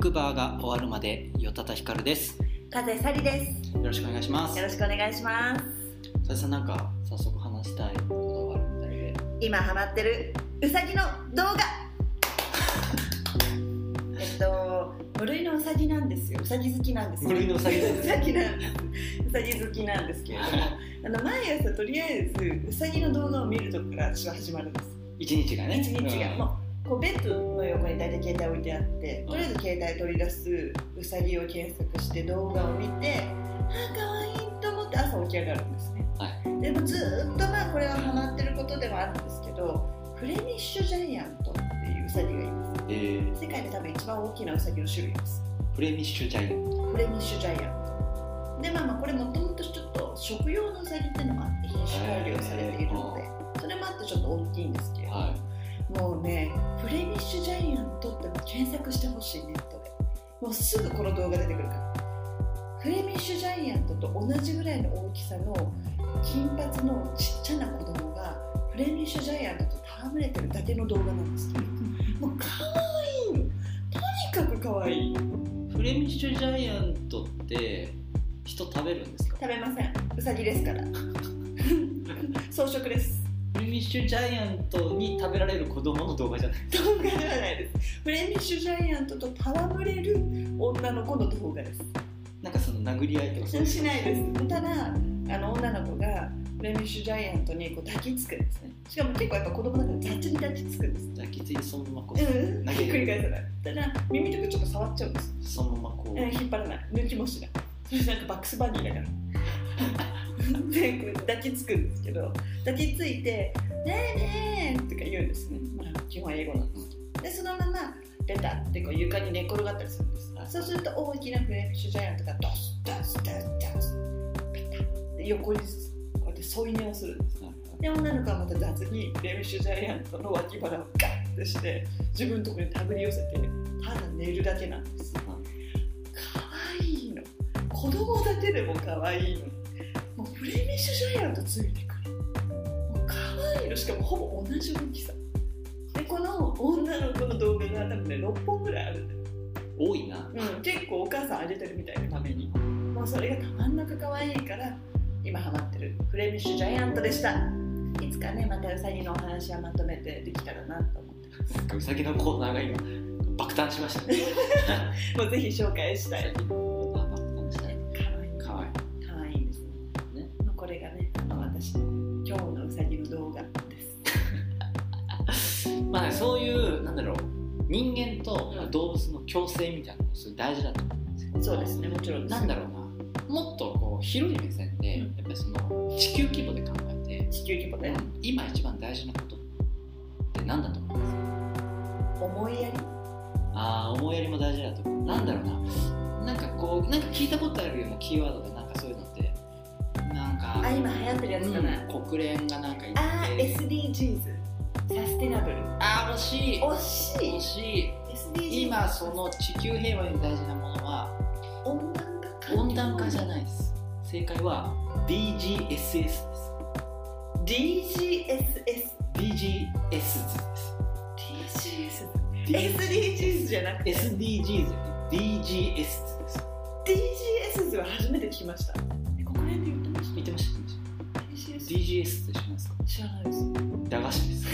クバーが終わるまでよたたひかるです風さりです。よろしくお願いしますよろしくお願いします。さりさんなんか早速話したいことがあるみたい で今ハマってるうさぎの動 画。えっと無類のうさぎなんですよ。うさぎ好きなんですよ。無 類のうさぎですうさぎなんです。うさぎ好きなんですけれども、あの毎朝とりあえずうさぎの動画を見るとこから私は始まるんです。一日がね一日が、うんもうこうベッドの横に大体携帯置いてあってとりあえず携帯取り出すうさぎを検索して動画を見てあ可愛いと思って朝起き上がるんですね、はでもずーっとまあこれはハマってることではあるんですけどフレミッシュジャイアントっていううさぎがいまえーす世界で多分一番大きなうさぎの種類ですフレミッシュジャイアントフレミッシュジャイアントでまあまあこれもともとちょっと食用のうさぎっていうのもあって品種改良されているので、それもあってちょっと大きいんですけれども、はもうねフレミッシュジャイアントって検索してほしいネットでもうすぐこの動画出てくるからフレミッシュジャイアントと同じぐらいの大きさの金髪のちっちゃな子供がフレミッシュジャイアントと戯れてるだけの動画なんですけどもう可愛いのとにかく可愛いいフレミッシュジャイアントって人食べるんですか食べませんウサギですから 草食ですフレミッシュジャイアントに食べられる子供の動画じゃない動画ではないですフレミッシュジャイアントと戯れる女の子の動画ですなんかその殴り合いとかそういうしないですただあの女の子がフレミッシュジャイアントにこう抱きつくんですねしかも結構やっぱ子供だから雑に抱きつくんですじゃあきついそのままこ うん投げるひっくり返さないただ耳とかちょっと触っちゃうんです、うそのままこうんう引っ張らない抜きもしないそれなんかバックスバニーだから でこう抱きつくんですけど抱きついて「ねえねえ」とか言うんですね、まあ、基本英語なんですでそのままベタってこう床に寝転がったりするんですそうすると大きなフレッシュジャイアントがドスドスドスドスペタッて横にこうやって添い寝をするんですはいはいで女の子はまた雑にフレミッシュジャイアントの脇腹をガッてして自分のところに手繰り寄せてただ寝るだけなんです可愛いの子供だけでも可愛いのもうフレミッシュジャイアントついてくるもう可愛いのしかもほぼ同じ大きさでこの女の子の動画が多分ね6本ぐらいあるんだよ多いなうん、結構お母さんあげてるみたいなためにもうそれがたまんなく可愛いから今ハマってるフレミッシュジャイアントでしたいつかねまたウサギのお話はまとめてできたらなと思ってなんかうさぎのコーナーが今爆誕しま したね。もうぜひ紹介したウいサギのコーナー爆誕したい。可愛いかわいい。可愛いですねねまあこれがねあの私の今日のウサギの動画ですまあ、そういうなんだろう人間とうん動物の共生みたいなのもすごい大事だと思うんですけど。そうですねもちろんなんだろうな。もっとこう広い目線で、うんやっぱりその地球規模で考えて、地球規模で今一番大事なことって何だと思います思いやりああ思いやりも大事だと思うなんだろうななんかこうなんか聞いたことあるようなキーワードでなんかそういうのってなんかあ今流行ってるやつかな、うん国連がなんか言ってあー SDGs サステナブルあー惜しい惜し惜いし SDGs い今その地球平和に大事なものは温暖化環境温暖化じゃないです正解は DGSS です DGSS DGS です DGS D- SDGs じゃなくて SDGs で DGS です DGS は初めて聞きましたここら辺で言ってまし言ってました言ってまた DGS した DGS って知らないですか知らないです駄菓子です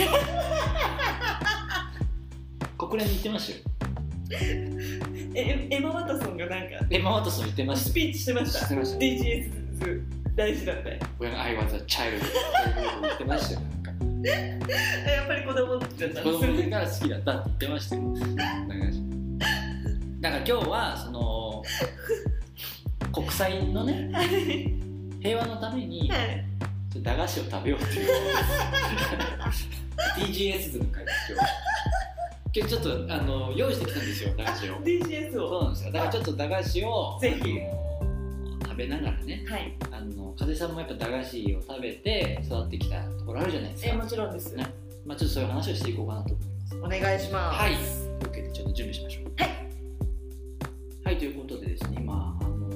国連に言ってましたよえエマ・ワトソンがなんかエマ・ワトソン言ってましスたピーチしてまし知ったてました DGS 大事だって When I was a child 言ってましたよなんかやっぱり子供だったんです子供が好きだったって言ってましたよなんかだから今日はその国際のねはい平和のためにはいちょっと駄菓子を食べようっていう DGS の会です今日今日ちょっとあの用意してきたんですよ駄菓子を DGS そうをなんですよだからちょっと駄菓子をぜひあの食べながらねはいあの風さんもやっぱ駄菓子を食べて育ってきたところあるじゃないですえかもちろんですねまあちょっとそういう話をしていこうかなと思いますお願いしますはい。というわけでちょっと準備しましょう。はい。はい、ということでですね、今、あの、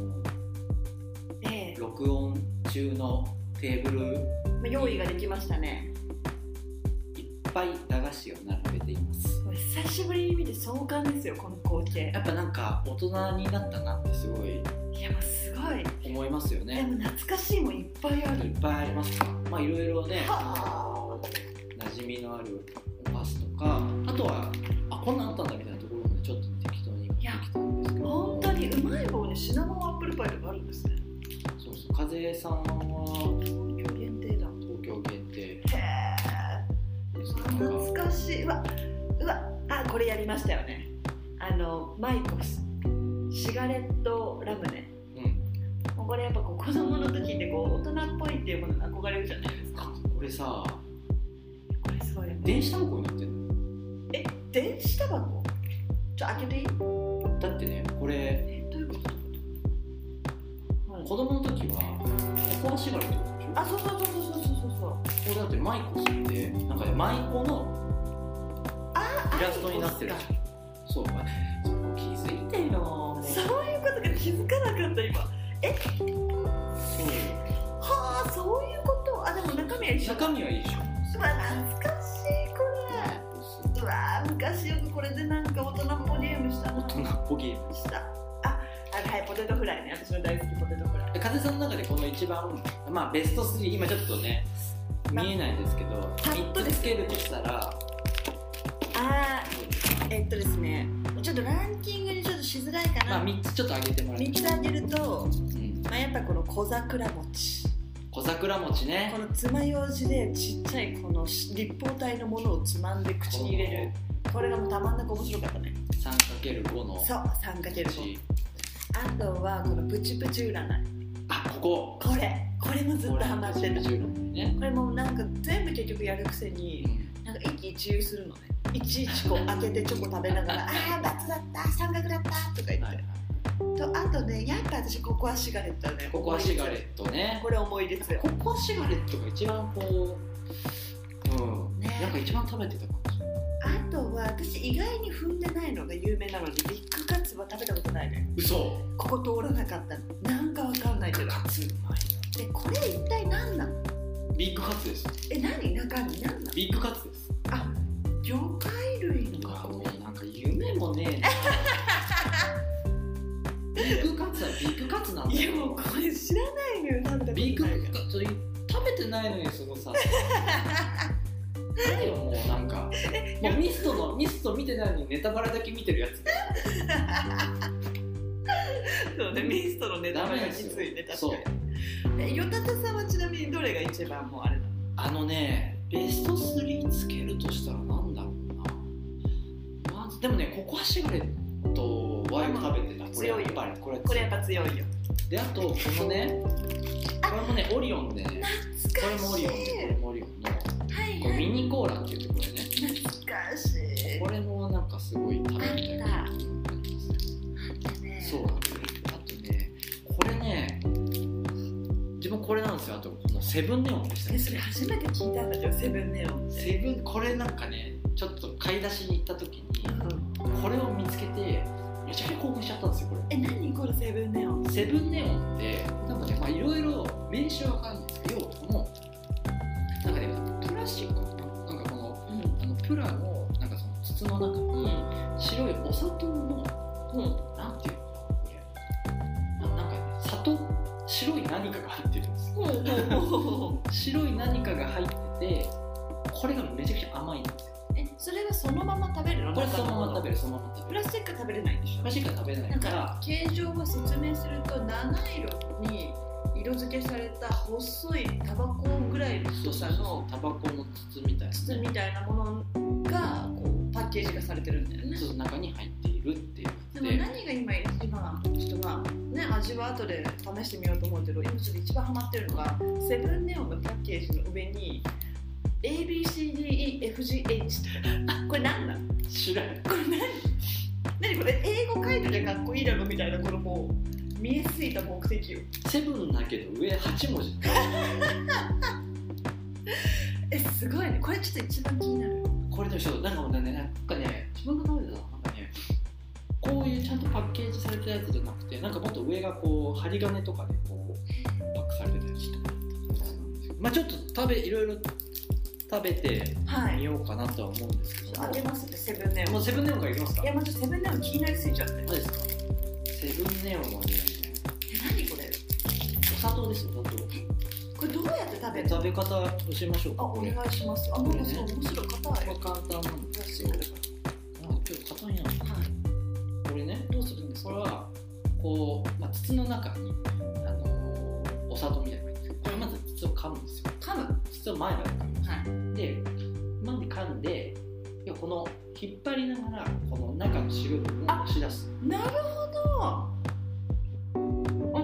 ええ録音中のテーブル、いまあ用意ができましたねっぱい駄菓子を並べています。美味久しぶりに見て壮観ですよこの光景やっぱなんか大人になったなってすごいいやもうすごい思いますよでねも懐かしいもんいっぱいあいるっぱいありますかまあいろいろねは馴染みのあるパスとかあとはあこんなんあったんだみたいなところもねちょっと適当にできたんですけあど本当にうまい棒にシナモンアップルパイとかあるんですねそうそう風さんは今日限定だ東京限定へですえけどなんか懐かしいうわうわあこれやりましたよねあのマイコスシガレットラムネうんもうこれやっぱこう子供の時ってこう大人っぽいっていうものに憧れるじゃないですかこれさこれすごいよね電子タバコになってるえ電子タバコちょ開けていいだってねこれえどういうことはい子供の時はココアシガレットでしょあそうそうそうそうそうそうそうこれだってマイコスってなんかね舞妓のイラストになってるあそうあそこ気づいてるのそういうことが気づかなかった今そうはあそういうことあでも中身は一緒中身はいいでしょうわ懐かしいこマイコスれうわ昔よくこれでなんか大人っぽいゲームしたな大人っぽゲームしたああれはいポテトフライね私の大好きポテトフライで風さんの中でこの一番まあベスト3今ちょっとね見えないですけどパッと3つつけるとしたらあーえっとですねちょっとランキングにちょっとしづらいかまあな、 3つちょっと上げてもらっ三て、つ挙げると、うん、まあ、やっぱこの小桜餅小桜餅ねこの爪楊枝でちっちゃいこのし立方体のものをつまんで口に入れるこれがもうたまんなく面白かったね 3×5 のそう 3×5 あとはこのプチプチ占いあこここれこれもずっとハマってるこれもねこれもなんか全部結局やるくせになんか一喜一憂するのねいちいちこう開けてチョコ食べながらああ×だった三角だったとか言って、はいとあとねやっぱ私ここはシガレットだねここはシガレットねこれ思い出ですよここはシガレットが一番こううん、ねなんか一番食べてたかもしれないあとは私意外に踏んでないのが有名なのでビッグカツは食べたことないね嘘ここ通らなかったのなんかわかんないけどカツうまいでこれ一体何なのなビッグカツですえ何中身何なのビッグカツです魚介類のあかもうなんか夢もね えなビッグカツはビッグカツなんだいよやもうこれ知らないのよなんだビッグカツ食べてないのにそのさ何よもうなんかもうミストのミスト見てないのにネタバレだけ見てるやつそうねミストの値ダ段メができすよついねそう確かにえよたたさんはちなみにどれが一番もうあれなのあのねベスト3つけるとしたらなんだろうなまずでもねココアシガレットはよく食べてたこれや強いっぱりこれこれやっぱ強いよであとこのねこれもねオリオンでねこれもオリオンでこれもオリオンのはいこれはいミニコーラって言ってこれね懐かしいこれもなんかすごい食べてたよあねそうなんですよあとねこれね自分これなんですよあとこのセブンネオンでしたえねそれ初めて聞いたんだけどセブンネオンってセブンこれなんかねちょっと買い出しに行った時にうんこれを見つけてめちゃくちゃ興奮しちゃったんですよこれえ何このセブンネオンセブンネオンってなんかねまあいろいろ名称わかんないんですけど要はこのなんかねプラスチックなんかこのあのプラのなんかその筒の中に白いお砂糖の、なんていうのかなこれななんかね砂糖白い何かが入ってるんですようん白い何かが入っててこれがめちゃくちゃ甘いんですよえそれはそのまま食べるのこれそのまま食べべるそのまま食べプるラスチック食べれないんでしこれょしか食べれなないんからか形状を説明すると七色に色付けされた細いタバコぐらいのそう太そさうそのうタバコの筒みたいな筒ね、みたいなものがこうパッケージがされてるんだよねそう中に入っているっていうやでつもで何が今今ちょっとまあね味は後で試してみようと思うけど今ちょっと一番ハマってるのがセブンネオンのパッケージの上に ABCDEFGH ってこれ何なの白いこれ何何これ英語書いときゃかっこいいだろみたいなこのもう見えすぎた目的をセブンだけど上8文字えすごいねこれちょっと一番気になるこれでもちょっとなんかもうねなんかね自分が食べてたのなんかねこういうちゃんとパッケージされたやつじゃなくてなんかもっと上がこう針金とかでこうパックされてたやつまあちょっと食べいろいろ食べてはいみようかなとは思うんですけどあも出ますってセブンネオもうセブンネオンからいきますかいやまずセブンネオン気になりすぎちゃってえどうですかセブンネオンはね何これお砂糖ですお砂糖これどうやって食べるの食べ方教えましょうあかお願いしますあこなんれかねそうむしろ硬いこれ簡単なんですよあ結構硬いなはいこれねどうするんですこれかはこう、まあ、筒の中に、あのーお砂糖みたいなのが入っててこれまず筒を噛むんですよ噛む筒を前まで噛むはいで前に噛んで要はこの引っ張りながらこの中の汁を押し出すなるほどあ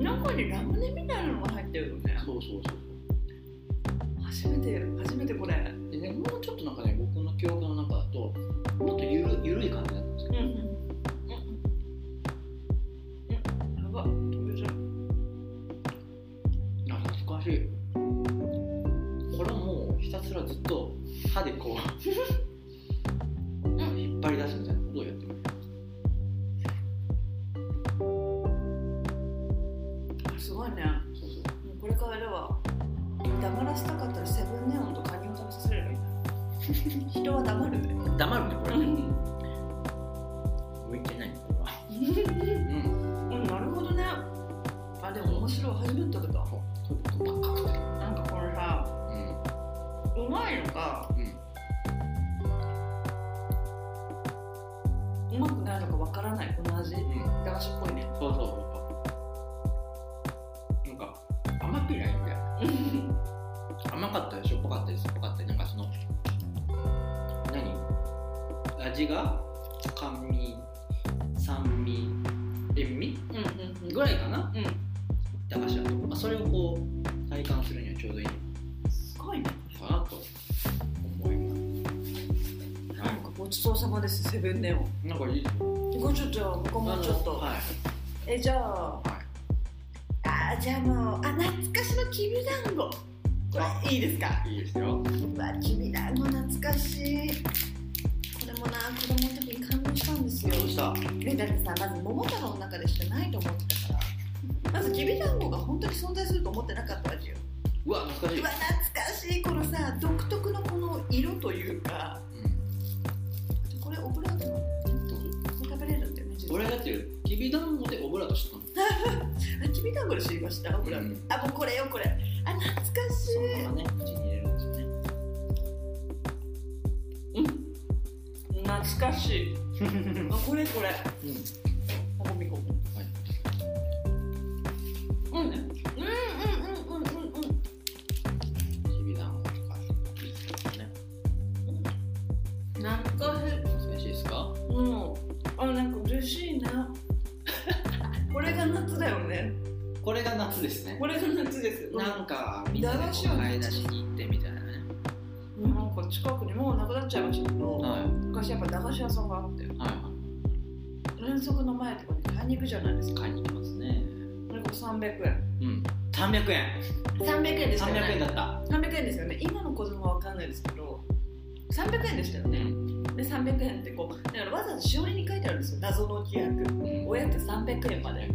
中にラムネみたいなのが入ってるのねそうそうそう初めて初めてこれうんでねもうちょっとなんかね僕の記憶の中だともっとゆるゆるい感じだったんですけうんうんやば飛べちゃうどあ懐かしいこれはもうひたすらずっと歯でこう引っ張り出すみたいなことをやってるすごいねそうそうもうこれからでは黙らせたかったらセブンネオンとカニを食べさせればいいな 人は黙るね黙るねこれねうん向いてないこれはううんんなるほどねあでも面白い初めて食べたこうこうパッカッてなんかこれさうんうまいのかうんうまくないのかわからないこの味うん駄菓子っぽいねそうそうなんか甘くないみたいな甘かったりしょっぱかったり酸っぱかったりなんかその何味が甘味酸味塩味うんうんぐらいかなうん駄菓子だと、まあ、それをこう体感するにはちょうどいいすごいね。のかなと思います、なんかごちそうさまです、セブンネオン。い、なんかいいごちょじゃあ、僕もちょっと。はいえ、じゃあ、はいあー、じゃあもう、あ、懐かしのきびだんご。これ、いいですか。いいですよ。うわ、きびだんご懐かしい。これもな、子供の時に感動したんですよ。した。ね、だってさ、まず桃太郎の中でしかないと思ってたから。まずきびだんごが本当に存在すると思ってなかったわけよ。うわ、懐かしういわ、。懐かしい、このさ、独特のこの色というか。これ、オブラートなの。食べれるんだよね。実俺はだって、きびだんごでオブラートしたの。あきびだんごで知りましたオブラートうんあもうこれよこれあ懐かしそいのままね、口に入れるんですよね。懐かしいあこれこれうあごみごみん。はい。うんうんうんうんうんうんきびだんごとか。いいですよね。懐かし懐かしいですか。いうんあなんか嬉しいな これが夏だよねこれが夏ですねこ。れが夏ですなんか、みんなでこう買い出しに行ってみたいなね。なんか近くにもうなくなっちゃいましたけどはい。昔やっぱ駄菓子屋さんがあっては連続の前とかに買いに行くじゃないですい。か買いに行きますね。これこそ300円うん。三百円。 300円ですよ三ね百円だった。 300円ですよね今の子供は分かんないですけど300円でしたよね、で300円ってこうだからわざわざしおりに書いてあるんですよ謎の規約うん。親って300円まで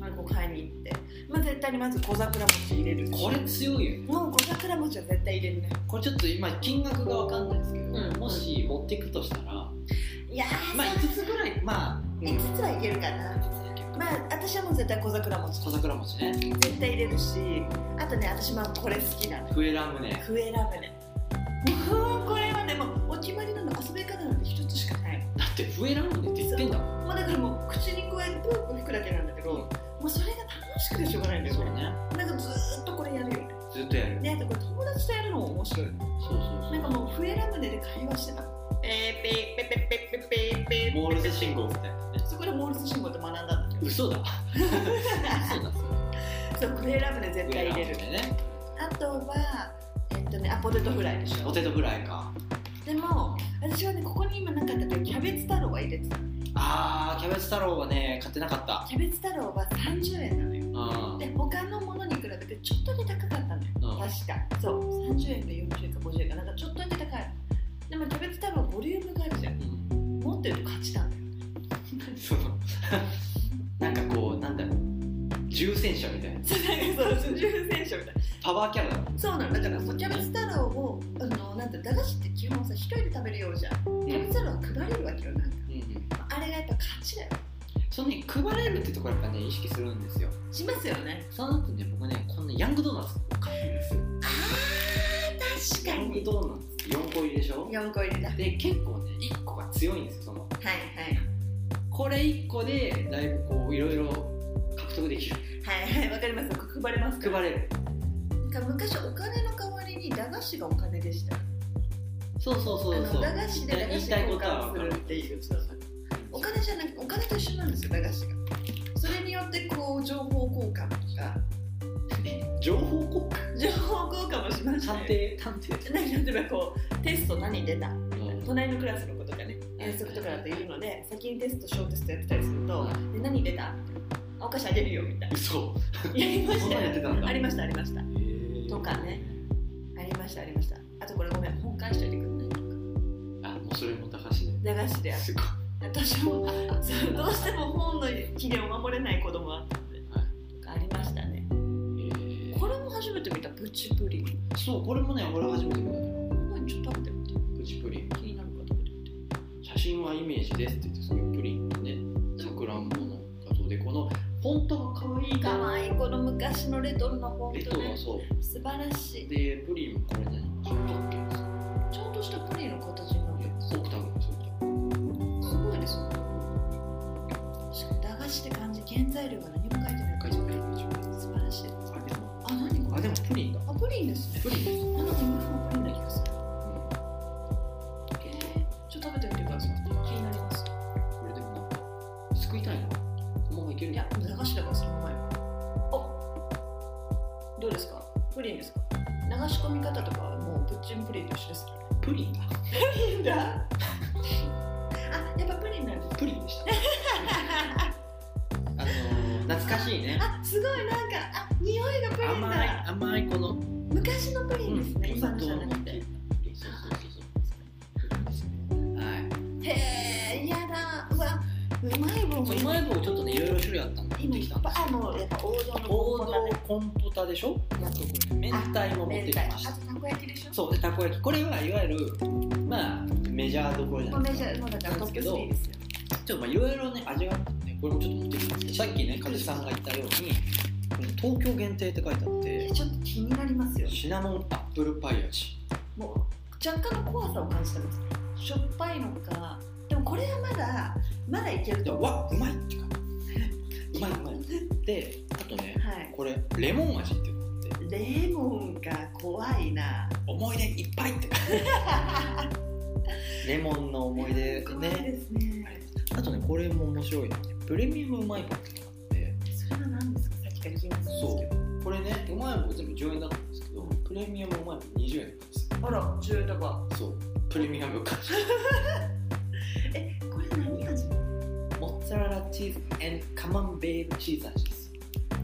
あのこう買いに行って、まあ、絶対にまず小桜餅入れるこれ強いよね。もう小桜餅は絶対入れるねこれちょっと今金額がわかんないですけど、うんもし持っていくとしたら、いやー、まあまあ、五つぐらい、まあ、うん5つはいけるかなまあ私はもう絶対小桜餅小桜餅ね、絶対入れるしあとね私まあこれ好きなの笛ラムね、笛ラムネもうこれはねもうお決まりなの遊び方なんて一つしかないだって笛ラムネって言ってんだもん。まあ、だからもう口に加えてプープー吹くだけなんだけど、もうそれが楽しくてしょうがないんだよそうねね、なんかずーっとこれやるよねずっとやる。ねでこれ友達とやるのも面白いそうそうなんかもう笛ラムネで会話してたペーペーペーペーペーペーペーペそう。モールス信号みたいなね。ーそこでモールス信号って学んだんだけ嘘 だ。嘘だ。どそう笛ラムネ絶対入れる笛ラムネね。あとはえっとねあポテトフライでしポょテトフライか。でも私はねここに今なかったけどキャベツ太郎は入れてたあー、キャベツ太郎はね、買ってなかった。キャベツ太郎は30円なのようん。で他のものに比べてちょっとで高かったのようん確かそう30円か40円か50円かなんかちょっとだけ高いでもキャベツ太郎ボリュームがあるじゃんうん。持ってると勝ちなんだよ そう。なんかこう、なんだろう。重戦車みみたいなそうなんかそう純正者みたいなパワーキャラだそうなのだからそうキャベツ太郎をあのなんて駄菓子って基本さ一人で食べるようじゃんうんキャベツ太郎は配れるわけよなんかうんうんあれがやっぱ勝ちだよそのね配れるってところやっぱね意識するんですよしますよねその後ね僕ねこんなヤングドーナツを買うんですよ確ヤかングにドーナツ4個入りでしょ4個入れたはいで結構ね1個が強いんですよそのこれ1個でだいぶこういろいろ獲得できるはいはいはいわかります配れます配れるなんか昔お金の代わりに駄菓子がお金でしたそうそうそうそうあの駄菓子で駄菓言い子たい交ことは換分すかるるっていうお金じゃなくお金と一緒なんですよ駄菓子がそれによってこう情報交換とか情報交換情報交換もしました探よ偵探偵なんか例えばこうテスト何出たうん隣のクラスの子とかね遠足とかだといるので先にテスト小テストやってたりするとはい「で何出た?みたいな」あお菓子あげるよ」みたいな嘘やり まそしんたなんやってよたんだありまましたありましたすとかねありましたありましたあとこれごめん本返しといてくんないあもうそれも高橋ね駄菓子であすごい私もそうどうしても本の期限を守れない子供はあったので、はとかありましたねえーこれも初めて見たプチプリンそうこれもね俺初めて見たのよここにちょっと食べてみてプチプリン気になるか食べてみて写真はイメージですって言ってそのプリンとねさくらんぼの画像でこのフォントが可愛いかなわいいこの昔のレトロな本レ当トねロそ素晴らしういでプリンもこれ何十角形ちゃんとしたプリンの形になるですオクタゴンですオクタゴンすごいですねしかも駄菓子って感じ原材料が何も書いてない書いてないでしょ素晴らしいあでもあ何こあれでもプリンだあプリンですねプリンですあなんか日本はプリンな気がするえーちょっと食べてみてください気になりますこれでもなんか救いたいなこのままいけるのいや、駄菓子だからその前は。あどうですかプリンですか流し込み方とかはもうプッチンプリンと一緒ですよね。プリンだプリンだあ、やっぱプリンなんですプリンでしたあのー懐かしいねあ、すごいなんか、あ、匂いがプリン甘いだ甘いこの昔のプリンですね、うん今のじゃなくて。そうへそうそうそうはいえ、やだ。うわ、うまい棒もそううまい棒ちょっとねいろいろ種類あったんで持っ今てきいったんでぱいすよあ、もうやっぱ王道の王棒道だねコンポタでしょあとこれ明太も持ってきましあたとたこ焼きでしょそうでたこ焼きこれはいわゆるまあメジャーどころじゃごなめいんですかじゃあ、もうだから、東京好きですよ。ちょっとまあいろいろね味があったんでこれもちょっと持ってきましたさっきね風さんが言ったようにこの東京限定って書いてあっいてやちょっと気になりますよ。シナモンアップルパイ味もう若干の怖さを感じてますしょっぱいのかでもこれはまだまだいけるでと思わうまいって感じうまいうまいであとねうはいこれレモン味っていうのがあってレモンが怖いな思い出いっぱいって レモンの思い出で怖いねですねあとねこれも面白いのねプレミアムうまい棒ってのがあってそれは何ですかさっきから気になってたんですそけうこれねうまい棒全部10円だったんですけどプレミアムうまい棒20円だったんですよどあら10円高そうプレミアムかえこれ何味モッツァレラチーズカマンベールチーズ味です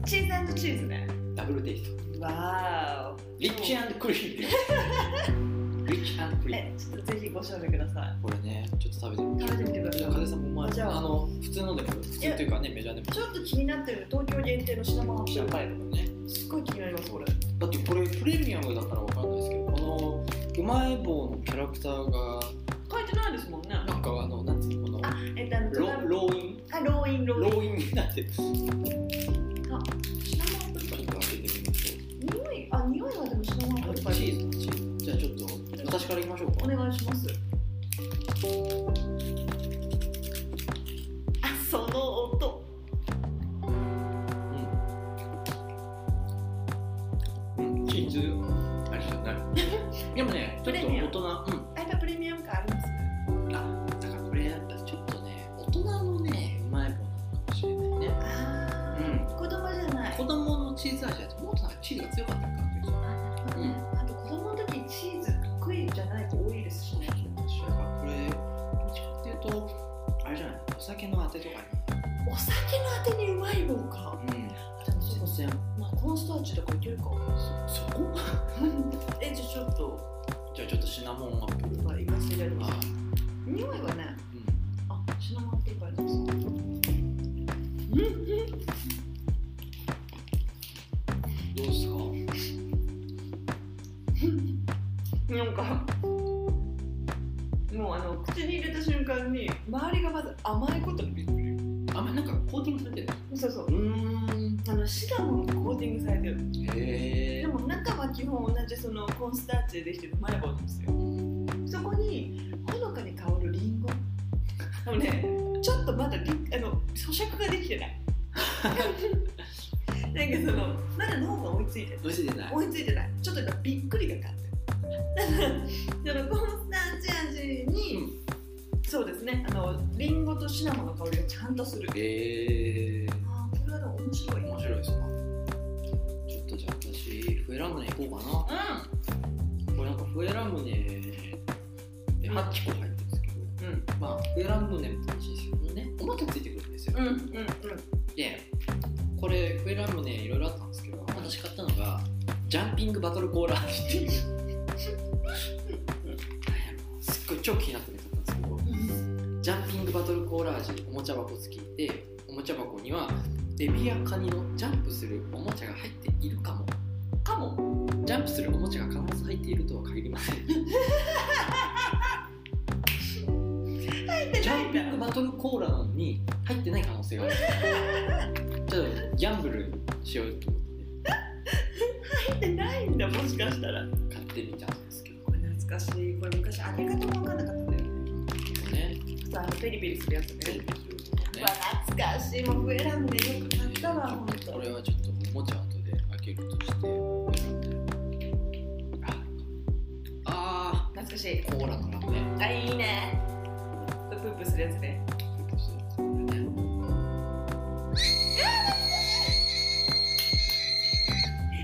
チーズチーズねダブルテイストわリッチクリームリッチクーリームえちょっとぜひご賞味くださこれねちょっと食べてみて食べてみてください風さんもうまいじゃああの普通のでも普通っていうかねメジャーでもいちょっと気になってる東京限定のシナモンアップルパイとかねすごい気になりますこれだってこれプレミアムだからわかんないですけどこのうまい棒のキャラクターが書いてないですもんねなんかあのなんつうのこのえっとあのロローインあローインローイロンーインになってるちょシナモンアップルパイっと開けてみる匂いあ匂いはでもシナモンアップルとパイチーズチーズじゃあちょっと私からいきましょうかお願いしますあその音うんチーズあれじゃないでもねちょっと大人うんあやっぱプレミアム感ありますあだからこれやっぱちょっとね大人のねうまい棒なのかもしれないねあうんー子供じゃない子供のチーズ味だともっとなんかチーズが強かった感じがするあなるほどねあと子供の時チーズ得意じゃない子多いですしね私はこれどっちかっていうとあれじゃないお酒のあてとかお酒のあてにうまい棒かにうんでもそうか然まあコーンスターチとかいけるかそこ えじゃあちょっとじゃあちょっとシナモンアップルやっぱ行かせていただきます匂いはねうんあシナモンアップルパイですうんうんどうですかなんかもうあの口に入れた瞬間に周りがまず甘いことにびっくりあんまりなんかコーティングされてるそうそううーんあのシナモンがコーティングされてるへでも中は基本同じそのコーンスターチでできてるマイボーなんですよそこにほのかに香るリンゴあのねちょっとまだりあの咀嚼ができてないなんかそのまだ脳が追いついてない美味しいですね追いついてないちょっと今びっくりが勝ってるそのコーンスターチ味に、うんそうですねあのリンゴとシナモンの香りがちゃんとするへえあーこれはでも面白い面白いですかちょっとじゃあ私フエラムネ行こうかなこれなんかフエラムネで8個入ってるんですけど、うんまあフエラムネも美味しいですけどねおまけついてくるんですよ、うんうんうんでこれフエラムネいろいろあったんですけど私買ったのがジャンピングバトルコーラ味 っていううんすっごい超気になってるやつだったんですけどうんジャンピングバトルコーラ味おもちゃ箱付きでおもちゃ箱にはエビやカニのジャンプするおもちゃが入っているかもかもジャンプするおもちゃが必ず入っているとは限りません ジャンピングバトルコーラなのに入ってない可能性があるちょっとギャンブルしようと思っ入ってないんだもしかしたらて買ってみたんですけどこれ懐かしいこれ昔揚げ方も分かんなかったんだよね結構ねあのペリペリするやつテレビねでうねわ懐かしいもう増えらんでよく買ったわほんとこれはちょっとおもちゃ後で開けるとして選んであ懐かしいあーコーラのラムネあいいねプープーするやつね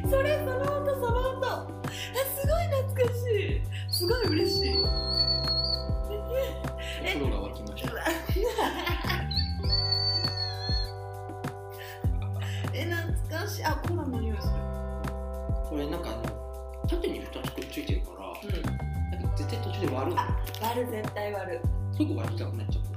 それその音その音あすごい懐かしいすごい嬉しいお風呂が沸きました え懐かしいあコーラの匂いすこれなんかあの縦に2つくっついてるからるうんなんか絶対途中で割るのあ割る絶対割るすぐ割りたくなっちゃった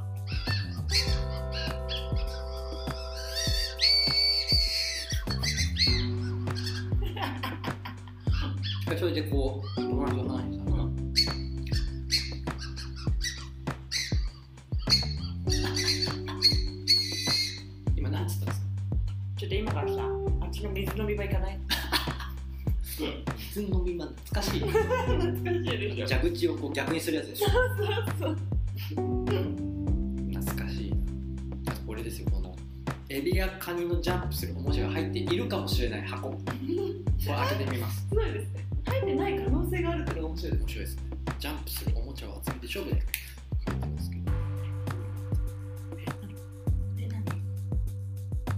それでこう友達と話してたら今何つったんですかちょっと今からさあっちの水飲み場行かない水飲み場懐かしい 懐かしいでしょ蛇口をこう逆にするやつでしょそう懐かしいなあとこれですよこのエビやカニのジャンプするおもちゃが入っているかもしれない箱これ開けてみますすごいですね入ってない可能性があるっていうのが面白いです面白いですねジャンプするおもちゃを集めて勝負で書いてますけどえ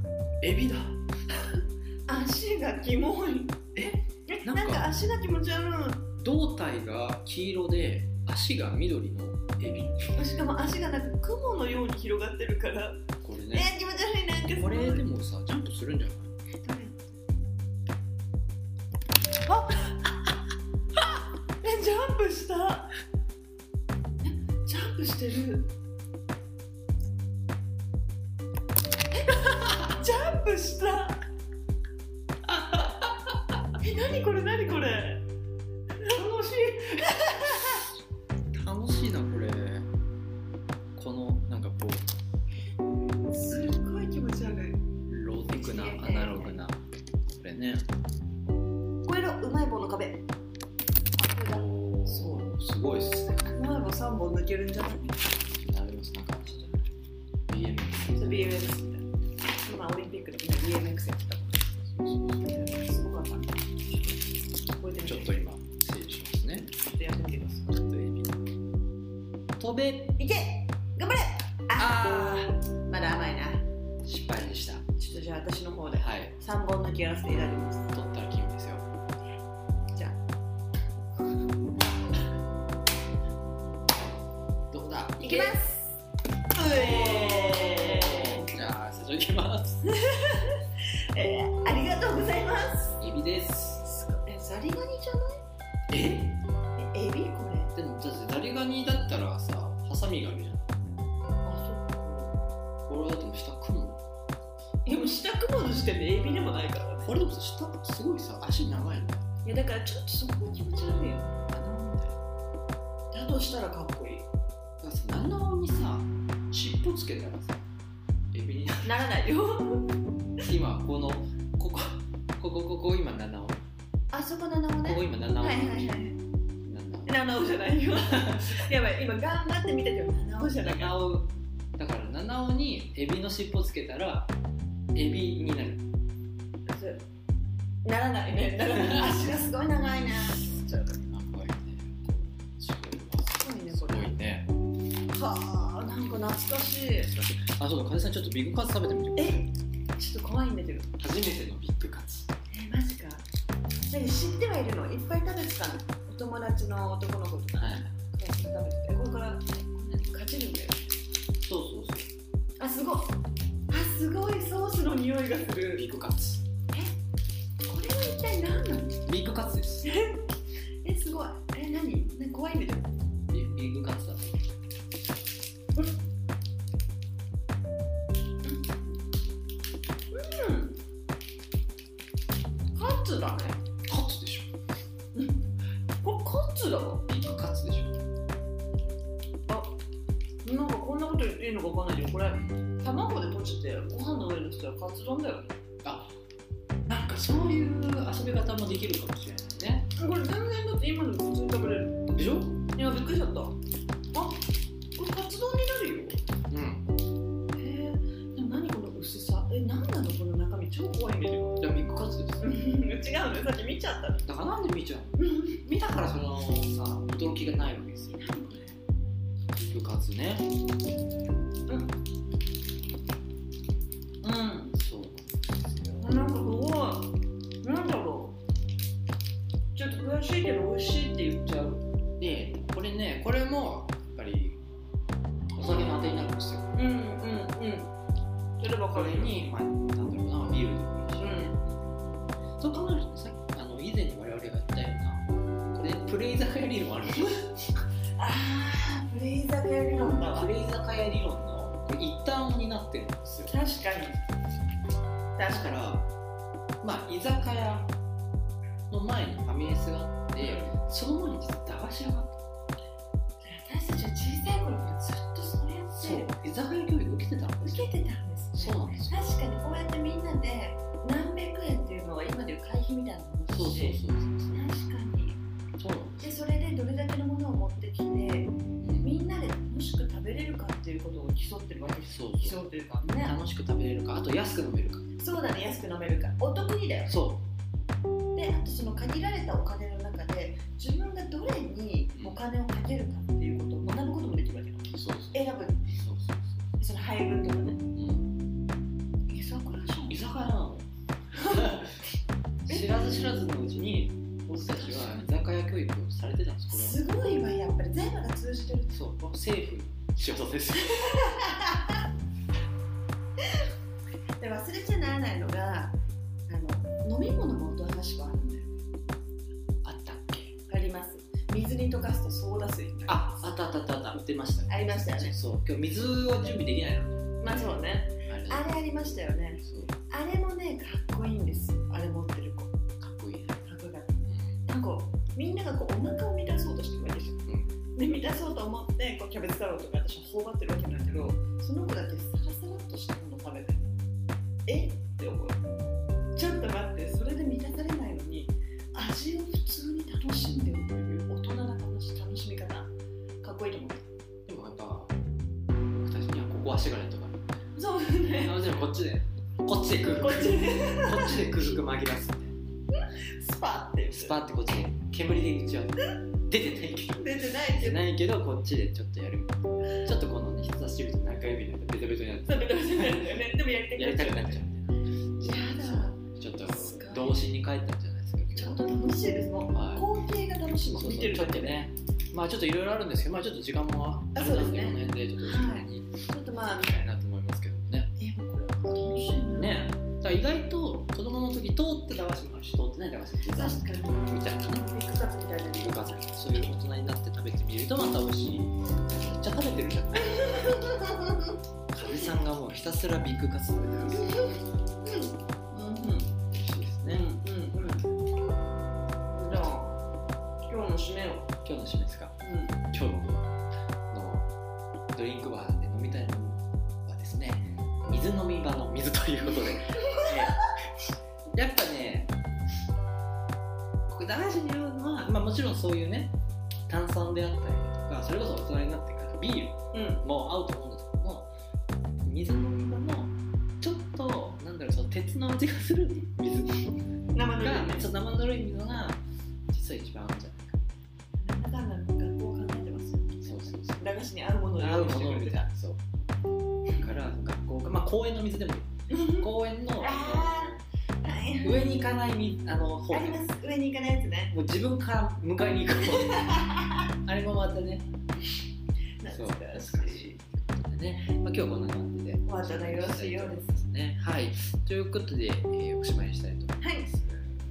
何エビだ足がキモいええななんんかか足が気持ち悪胴体が黄色で足が緑のエビいしかも足がなんか雲のように広がってるからこれえねー気持ち悪いなんかすこごいれでもさジャンプするんじゃない あ えジャンプしたえジャンプしてるえジ ャンプした え何これ何これ楽しい楽しいなこれこのなんかこうすっごい気持ち悪いローテクなアナログなこれねこれのうまい棒の壁おーそうすごいっすね前も3本抜けるんじゃないなりますなんかちょっと BM そう BMX みたいな今オリンピックでもね BMX やってたからすごかった覚えてみてちょっと今整理しますねちょっとやってみてくださいちょっとエビ飛べいけ頑張れあまだ甘いなー失敗でしたちょっとじゃあ私の方ではい3本抜きやらせていただきます取ったら金ですよじゃどうだいきますあうえじゃあ最初いきますえー、ありがとうございますエビですすごいえザリガニじえゃないえエビこれでもだってザリガニだったらさハサミがあるじゃんあこれだとも下雲そうでも下雲の時点でエビでもないからねこれでもさ下すごいさ足長いのいやだからちょっとそこが気持ち悪いよなんだよだとしたらかっこいいだからさ七尾にさ尻尾つけたらさエビになるならないよ今このここここここ今七尾こあそこの名をこね今七尾はいはいはい七尾七尾じゃないよ やばい今頑張って見てても七尾じゃない七尾だから七尾にエビの尻尾つけたらエビになるそうならないねならない足がすごい長いねじゃあ長いねすすごいねごこいれわすごいねはあなんか懐かしいあそうだ風さんちょっとビッグカツ食べてみてよえちょっと怖いんだけど初めてのビッグカツえマジか何知ってはいるのいっぱい食べてたのお友達の男の子とかはい食べててこれから勝ちるんだよそうそうそあすごいあすごいソースの匂いがすうビるッグカツこれは一体何なのビッグカツですビえすごいえ何なんか怖いんだけどビッグカツだカツだねカツでしょこれカツだわビッグカツでしょなんかこんなこと言っていいのかわかんないけどこれ卵で閉じてご飯の上にしたらカツ丼だよねなんかそういう遊び方もできるかもしれないねこれ全然だって今でも普通に食べれるでしょいやびっくりしちゃったあこれカツ丼になるようんえー、でも何この薄さえ何なのこの中身超怖いんだけどじゃあビッグカツです違うのさっき見ちゃったのだからなんで見ちゃうの 見たからそのさ驚きがないわけですよねビッグカツねうそううんなんかすごいなんだろうちょっと悔しいけど美味しいって言っちゃうでこれねこれもやっぱりお酒のあてになるんですようんうんうんそればこかれりにに、まあ、なんだろうなビールでもいいし、うそう考えるとさっきあの以前に我々が言ったようなこれプレイ酒屋理論あるでしょんああフレーザーがやりなんだわプレイ酒屋理論のこれ一端になってるんですよ確かにだ確かからまあ居酒屋の前にファミレスがあってその前に実は駄菓子屋があったに私たちは小さい頃からずっとそれやってそう居酒屋教育受けてたんです受よけてたんですねそうなんですよ確かにこうやってみんなで何百円っていうのは今でいう会費みたいなものだそうそうしそ確かにうそうそうなんですでそれでどれだけのものを持ってきてみんなで楽しく食べれるかっていうことを競ってるわけですそうそう競うというかね楽しく食べれるかあと安く飲めるかそうだね安く飲めるかお得にだよそうであとその限られたお金の中で自分がどれにお金をかけるかっていうことを学ぶこともできるわけだそうそう選そうそうぶその配分とかねそう、うん、居酒屋じゃん居酒屋なの知らず知らずのうちに僕たちは居酒屋教育をされてたんですこすごいわやっぱり全部が通じてるれはそう政府の仕事ですよで忘れちゃならないのがあの飲み物もおとなしくあるんだよあったっけあります水に溶かすとソーダ水になるああったあったあったあった売ってましたありましたよねそう今日水は準備できないのまあそうねあれあれありましたよねそうあれもねかっこいいんですよあれ持ってる子かかっこいいねっこよかったなんかみんながこうお腹を満たそうとしてるわけですよ、うで満たそうと思ってこうキャベツ太郎とか私は頬張ってるわけなんだけどその子だけサラサラっとしたもの食べてえって思うちょっと待ってそれで満たされないのに味を普通に楽しんでるという大人な楽し楽しみ方かっこいいと思うでもやっぱ僕たちにはここはしてかないとかそうねあでもこっちでこっちで来るこっちでこっちでくずく紛らわすみたいなスパってスパってこっちで煙で口は出てないけど出てない出けてどないけどこっちでちょっとやるみたいなちょっとこのね人差し指と中指でベトベトになって食べたことないんだよねでもやりたくやりたなっくちなゃうっちゃうみたいなやだちょっとすごい童心に帰ったんじゃないですか今日ちょっと楽しいですもうはい光景が楽しいもそんう見てそうちょっるだけとでねまあちょっといろいろあるんですけどまあちょっと時間もあるあそうでのすでねこの辺でちょっと時間にちょっとまあしたいなと思いますけどねえもうこれ楽しいなねだから意外と子供の時通って駄菓子もあるし通ってない駄菓子って確さかにみたいなねビッグカツみたいなのとかさそういう大人になって食べてみるとまた美味しいめっちゃ食べてるじゃんかみさんがもうひたすらビッグカツ食べてるんですようんうん美味しいです僕駄菓子に合うのは、まあ、もちろんそういうね炭酸であったりとかそれこそ大人になってからビールうんも合うと思うんですけども水飲み場もちょっとなんだろうその鉄の味がする水が生ぬるいねちょっと生ぬるい水が実は一番合うんじゃないかなんだかんだ学校を考えてますよそうそうそう駄菓子に合うものを合う用意もしてのくれみてたたいなそうだから学校がまあ公園の水でもいい公園のああはい上に行かない水あの方あります上に行かないやつねもう自分から迎えに 行く方あれもまたね懐かし懐かいしいね、まあ、今日はこんな感じでお後がよろしいようですすねはいということで、えーおしまいにしたいと思います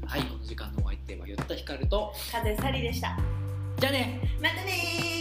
はい、この時間のお相手はよったひかると風サリでしたじゃあねまたねー